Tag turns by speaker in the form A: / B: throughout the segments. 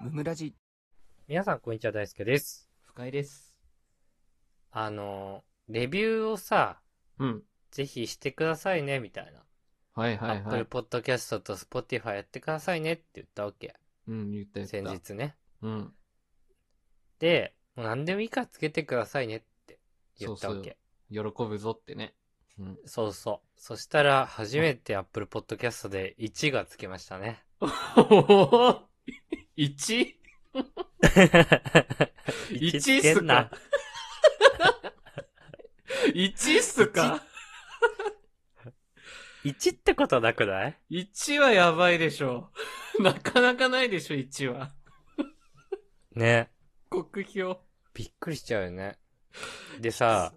A: ムムラジ
B: 皆さん、こんにちは、大輔です。
C: 深井です。
B: あの、レビューをさ、
C: うん。
B: ぜひしてくださいね、みたいな。
C: はいはいはい
B: Apple。Podcast と Spotify やってくださいねって言ったわけ。
C: うん、言った言った。
B: 先日ね。
C: うん。
B: で、もう何でもいいからつけてくださいねって言ったわけ。
C: 喜ぶぞって ね。うん。
B: そうそう。そしたら、初めて Apple Podcast で1がつけました ね。
C: 1?
B: 1
C: 1っ す か ?1 っすか
B: ?1 ってことなくない
C: ?1 はやばいでしょ。なかなかないでしょ、1は。
B: ね。
C: 国評。
B: びっくりしちゃうよね。でさ、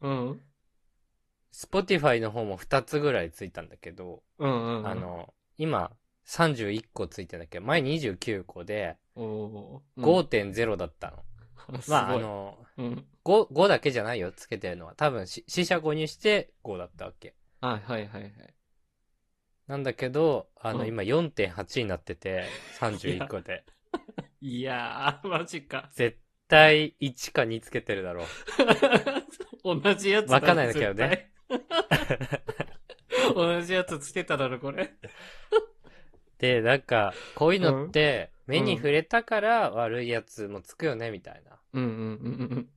C: うん。
B: Spotify の方も2つぐらいついたんだけど、
C: うんうん。
B: あ、の、今、31個ついてんだけど、前29個で、
C: おー、
B: 5.0だったの。
C: うん、
B: まあ、あ
C: すごい、
B: の、
C: うん。
B: 5、5だけじゃないよ、つけてるのは。多分、し四捨五入して5だったわけ。
C: はいはいはいはい。
B: なんだけど、あの、
C: うん
B: 今4.8になってて、31個で。
C: いやー、マジか。
B: 絶対1か2つけてるだろう。
C: 同じやつ
B: わかんないんだけどね。
C: 絶対同じやつつけただろ、これ。
B: で、なんか、こういうのって、
C: ん
B: 目に触れたから悪いやつもつくよね、みたいな。
C: うんうんうん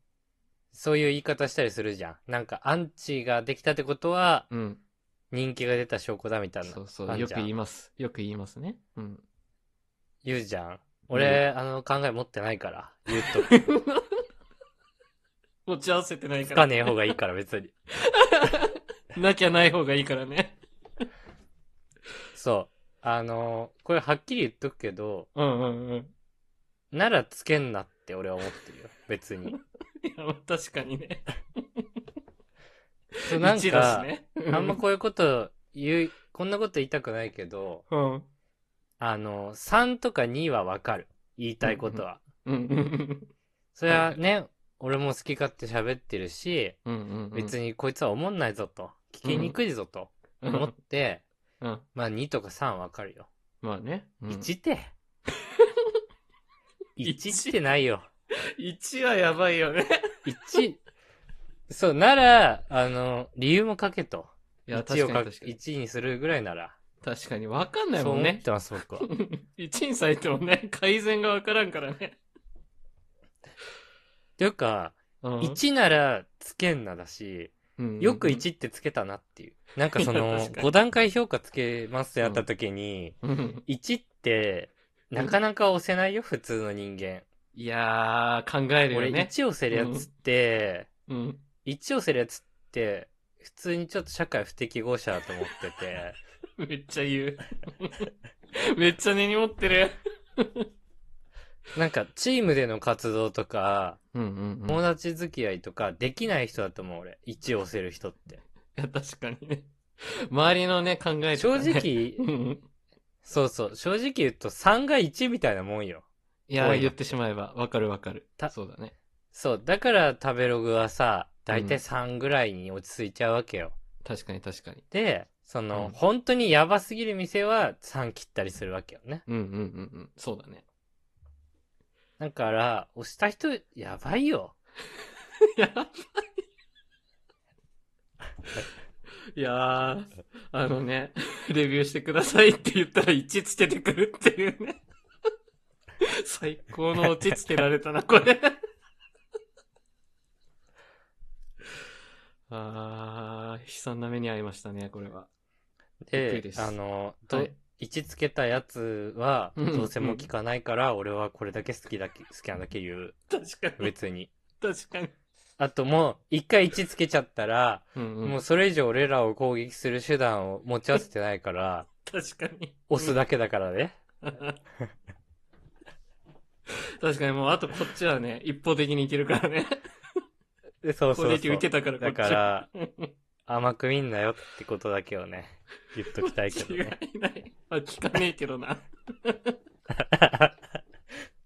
B: そういう言い方したりするじゃん。なんか、アンチができたってことは、
C: うん。うん。
B: 人気が出た証拠だ、みたいな。
C: そうそ
B: あん
C: う。
B: じゃ
C: よ
B: ん
C: く言います。よく言いますね。うん。
B: 言うじゃん。俺、あの考え持ってないから。言う と。
C: 持ち合わせてない
B: つ
C: か。
B: からねえ方がいいから、別に。
C: なきゃない方がいいからね。
B: そう。あのこれはっきり言っとくけど、
C: うんうんうん。
B: ならつけんなって俺は思ってるよ。別に。
C: いや、確かにね。
B: そうなん
C: 一だ
B: か、
C: しね。
B: あんまこういうこと言う、こんなこと言いたくないけど、
C: うん。うん
B: あの、3とか2はわかる。言いたいことは。
C: うんうん
B: それはね、俺も好き勝手喋ってるし、
C: うん。うんうんうん。
B: 別にこいつは思んないぞと、聞きにくいぞと
C: うん
B: 思って、
C: うん。
B: まあ2とか3わかるよ。
C: まあね。うん
B: 一 って。
C: 一
B: 一ってないよ。
C: 一はやばいよね。
B: 一。そう、なら、あの、理由も書けと。
C: いや、
B: 一
C: 確
B: を
C: か
B: か
C: に確かに。
B: 一にするぐらいなら。
C: 確かに。わかんない
B: そう
C: もん
B: 思っ
C: ね。
B: てます、僕 は。
C: 一にされてもね、改善がわからんからね。
B: というか、
C: うん
B: 一ならつけんなだし、よく一ってつけたなっていう。なんかそ
C: いや
B: の、
C: 確かに
B: 5段階評価つけますってやった時に、
C: うん
B: 一って、なかなか押せないよ、普通の人間。
C: いやー、考える
B: 俺、
C: よね。
B: 一押せるやつって、
C: うん。
B: 一応せるやつって、普通にちょっと社会不適合者だと思って て、
C: めっちゃ言う。 めっちゃ根に持ってる。
B: なんかチームでの活動とか、
C: うんうん、うん。
B: 友達付き合いとかできない人だと思う俺。一応せる人って。
C: いや、確かにね。周りのね、考えと
B: 正
C: かね。
B: 直、
C: うん。
B: そうそう、正直言うと3が1みたいなもんよ。
C: いや
B: 多い
C: ー、
B: な
C: 言ってしまえば、わかるわかる
B: た。
C: そうだね。
B: そう、だから食べログはさ、だいたい3ぐらいに落ち着いちゃうわけよ。
C: 確かに確かに。
B: で、その、
C: うん
B: 本当にやばすぎる店は3切ったりするわけよね。
C: うんうんうんうん。そうだね。
B: だから、押した人、やばいよ。
C: やばい。いやー、あのね、レビューしてくださいって言ったら1つけてくるっていうね。 最高の落ちつけられたな、これ。 あー、悲惨な目に遭いましたね、これは。びっくり
B: で
C: で、す
B: あの、ど
C: はい
B: 位置つけたやつは、
C: うん
B: どうせもう聞かないから、俺はこれだけ好きだけ、好きなだけ言う。
C: 確かに。
B: 別に。
C: 確かに。
B: あともう、一回位置つけちゃったら、
C: うんう
B: も
C: ん
B: う。それ以上俺らを攻撃する手段を持ち合わせてないから、
C: 確かに。
B: 押すだけだからね。
C: 確かにもう、あとこっちはね、一方的にいけるからね。
B: でそう
C: 攻
B: そう
C: 撃
B: そ
C: を
B: う
C: 受。けたから、こっ
B: だ
C: ちは。
B: から、甘く見んなよってことだけをね、言っときたいけどね。
C: 違いない。まあ、聞かねえけど な。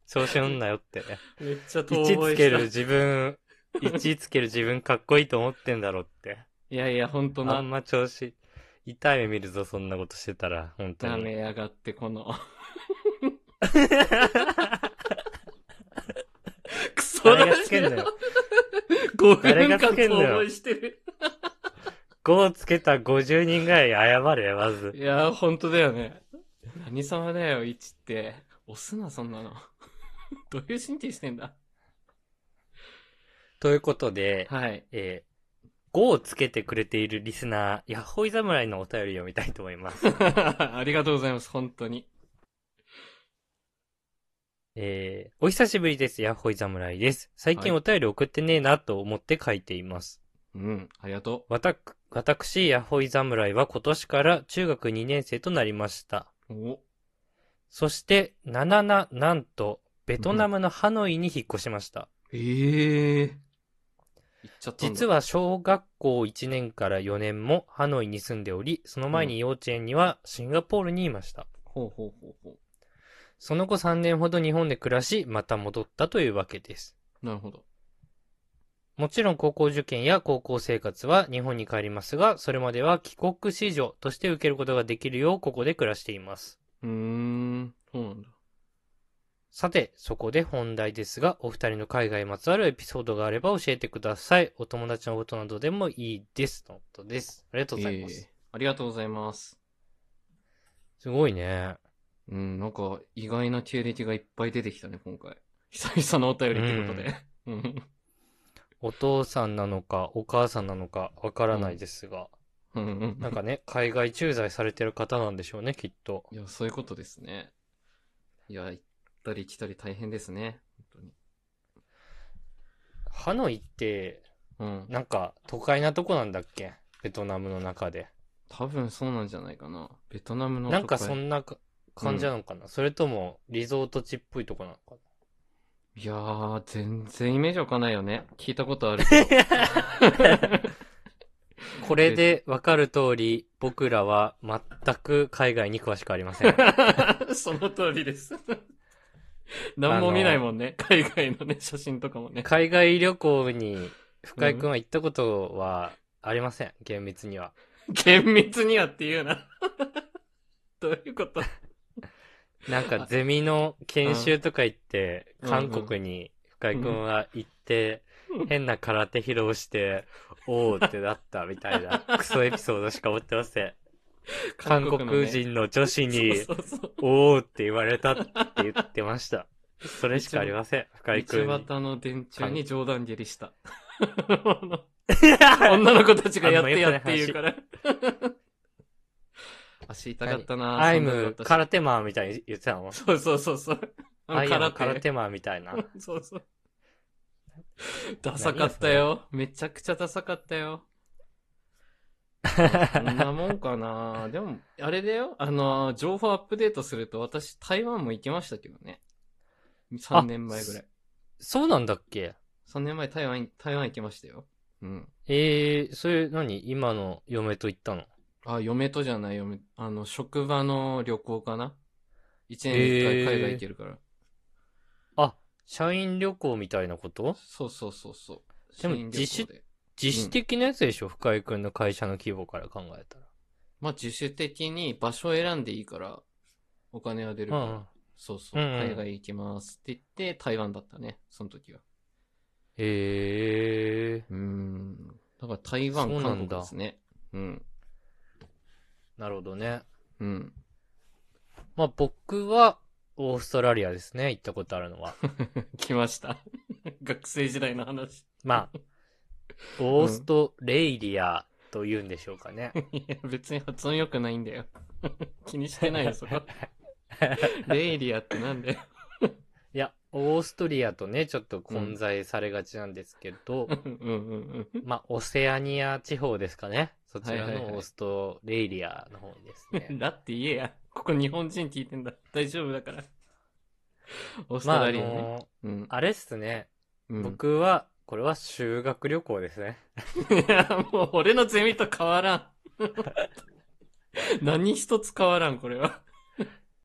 B: 調子乗んなよってね。
C: めっちゃ
B: 位
C: 遠
B: 置
C: 吠
B: つ
C: え
B: け
C: した
B: る。自分、位置つける自分かっこいいと思ってんだろうって。
C: いやいや、ほんと
B: あ
C: な。
B: んま調子、痛い目見るぞ、そんなことしてたら、本当
C: 舐
B: に。
C: めやがって、この。そ
B: 誰
C: ら
B: がつけんだよ。
C: 5
B: 誰
C: 分
B: が
C: 間
B: つけんのよ
C: 遠吠えしてる。
B: 5つけた50人ぐらいに謝れよ、まず。
C: いやー、ほんとだよね。何様だよ、1って。押すな、そんなの。どういう神経してんだ
B: ということで、
C: はい。
B: えー、5をつけてくれているリスナー、ヤッホイ侍のお便りを見たいと思い ます。
C: ありがとうございます、本当に。
B: えー、お久しぶりです。ヤッホイ侍です。最近
C: は
B: お便り送ってねえなと思って書いています。
C: うん、ありがと
B: わたく、私、ヤッホイ侍は今年から中学2年生となりました。
C: う。お、
B: そして、ななな、なんと、ベトナムのハノイに引っ越しました。
C: ええー。行っちゃったんだ。
B: 実、は小学校1年から4年もハノイに住んでおり、その前に幼稚園にはシンガポールにいました。
C: ほうほうほうほ
B: その後3年ほど日本で暮らし、また戻ったというわけです。
C: う。なるほど。
B: もちろん高校受験や高校生活は日本に帰りますが、それまでは帰国子女として受けることができるようここで暮らしています。
C: うーん、そうなんだ。
B: さて、そこで本題ですが、お二人の海外にまつわるエピソードがあれば教えてください。お友達のことなどでもいいです。とのことです。ありがとうございます。
C: ええありがとうございます。
B: すごいね。
C: うん、なんか意外な経歴がいっぱい出てきたね、今回。 久々のお便りってことで。うん。
B: お父さんなのか、お母さんなのか、わからないですが、
C: うんうん。
B: なんかね、海外駐在されてる方なんでしょうね、きっと。
C: いや、そういうことですね。いや、行ったり来たり大変ですね。本
B: ハノイって、
C: 当に。うん。
B: なんか、都会なとこなんだっけベトナムの中で。
C: 多分そうなんじゃないかな。ベトナムの
B: なんか
C: 都会
B: そんなか感じなのかな、それとも、リゾート地っぽいとこなのか
C: いやー、全然イメージわかんないよね。聞いたことあるけど。
B: なこれでわかる通り、僕らは全く海外に詳しくありま せん。
C: その通りです。 何も見ないもんね。海外のね、写真とかもね。
B: 海外旅行に深井くんは行ったことはありません、厳密には。
C: 厳密にはっていうな。 どういうこと
B: なんかゼミの研修とか行って、
C: うん
B: 韓国に深井くんは行って、
C: うん
B: 変な空手披露して、おーってなったみたい なクソエピソードしか持ってません。韓
C: のね
B: 国人の女子に、
C: そうそうそう。
B: おーって言われたって言ってました。それしかありません、深井くん
C: 道
B: に。
C: 端の電柱
B: は
C: に
B: い
C: 冗談蹴り した。女の子たちがやってやって言うから。 足痛かったな
B: アイ
C: そんなのだ
B: ム
C: っ、たし
B: 空手マンみたいに言ってたの
C: そうそうそうそう。
B: ア
C: あの
B: イム、空
C: 空手。
B: 手マンみたいな。
C: そうそう。ダサかったよ。めちゃくちゃダサかったよ。そんなもんかなでも、あれだよ。あの、情報アップデートすると私、台湾も行きましたけどね。3年前ぐらい。
B: そうなんだっけ
C: 3年前台湾、台湾行きましたよ。うん。
B: えー、それ何今の嫁と行ったの
C: あ、嫁とじゃない嫁、あの、職場の旅行かな ?1 年に1回海外行けるから。
B: あ、社員旅行みたいなこと
C: そうそうそうそう。
B: でも
C: 新旅行
B: 自主自主的なやつでしょ、深井くんの会社の規模から考えたら。
C: まあ自主的に場所を選んでいいから、お金は出るから。
B: うんうん
C: そうそう、
B: うんうん
C: 海外行きますって言って、台湾だったね、その時は。
B: え
C: うーん。だから台湾、
B: そうな
C: 韓
B: んだ
C: 国ですね。うん。
B: ー、なるほどね。
C: うん。
B: まあ僕は、オーストラリアですね、行ったことある のは。
C: 来ました。 学生時代の話。
B: まあ、オーストレイリアと言うんでしょうかね。
C: いや、別に発音良くないんだよ。 気にしてないよ、そこ。レイリアってなんだよ。
B: いや、オーストリアとね、ちょっと混在されがちなんですけど、
C: うんうんうん。
B: まあ、オセアニア地方ですかね。そちら
C: はいはいはい
B: のオーストレイリアの方ですね。
C: だって言えや。ここ日本人聞いてんだ。大丈夫だから。オースト
B: まあ、あの
C: ラリアね。
B: ー
C: うん。
B: あれっすね。
C: うん、
B: 僕は、これは修学旅行ですね。
C: いや、もう俺のゼミと変わらん。何一つ変わらん、これは。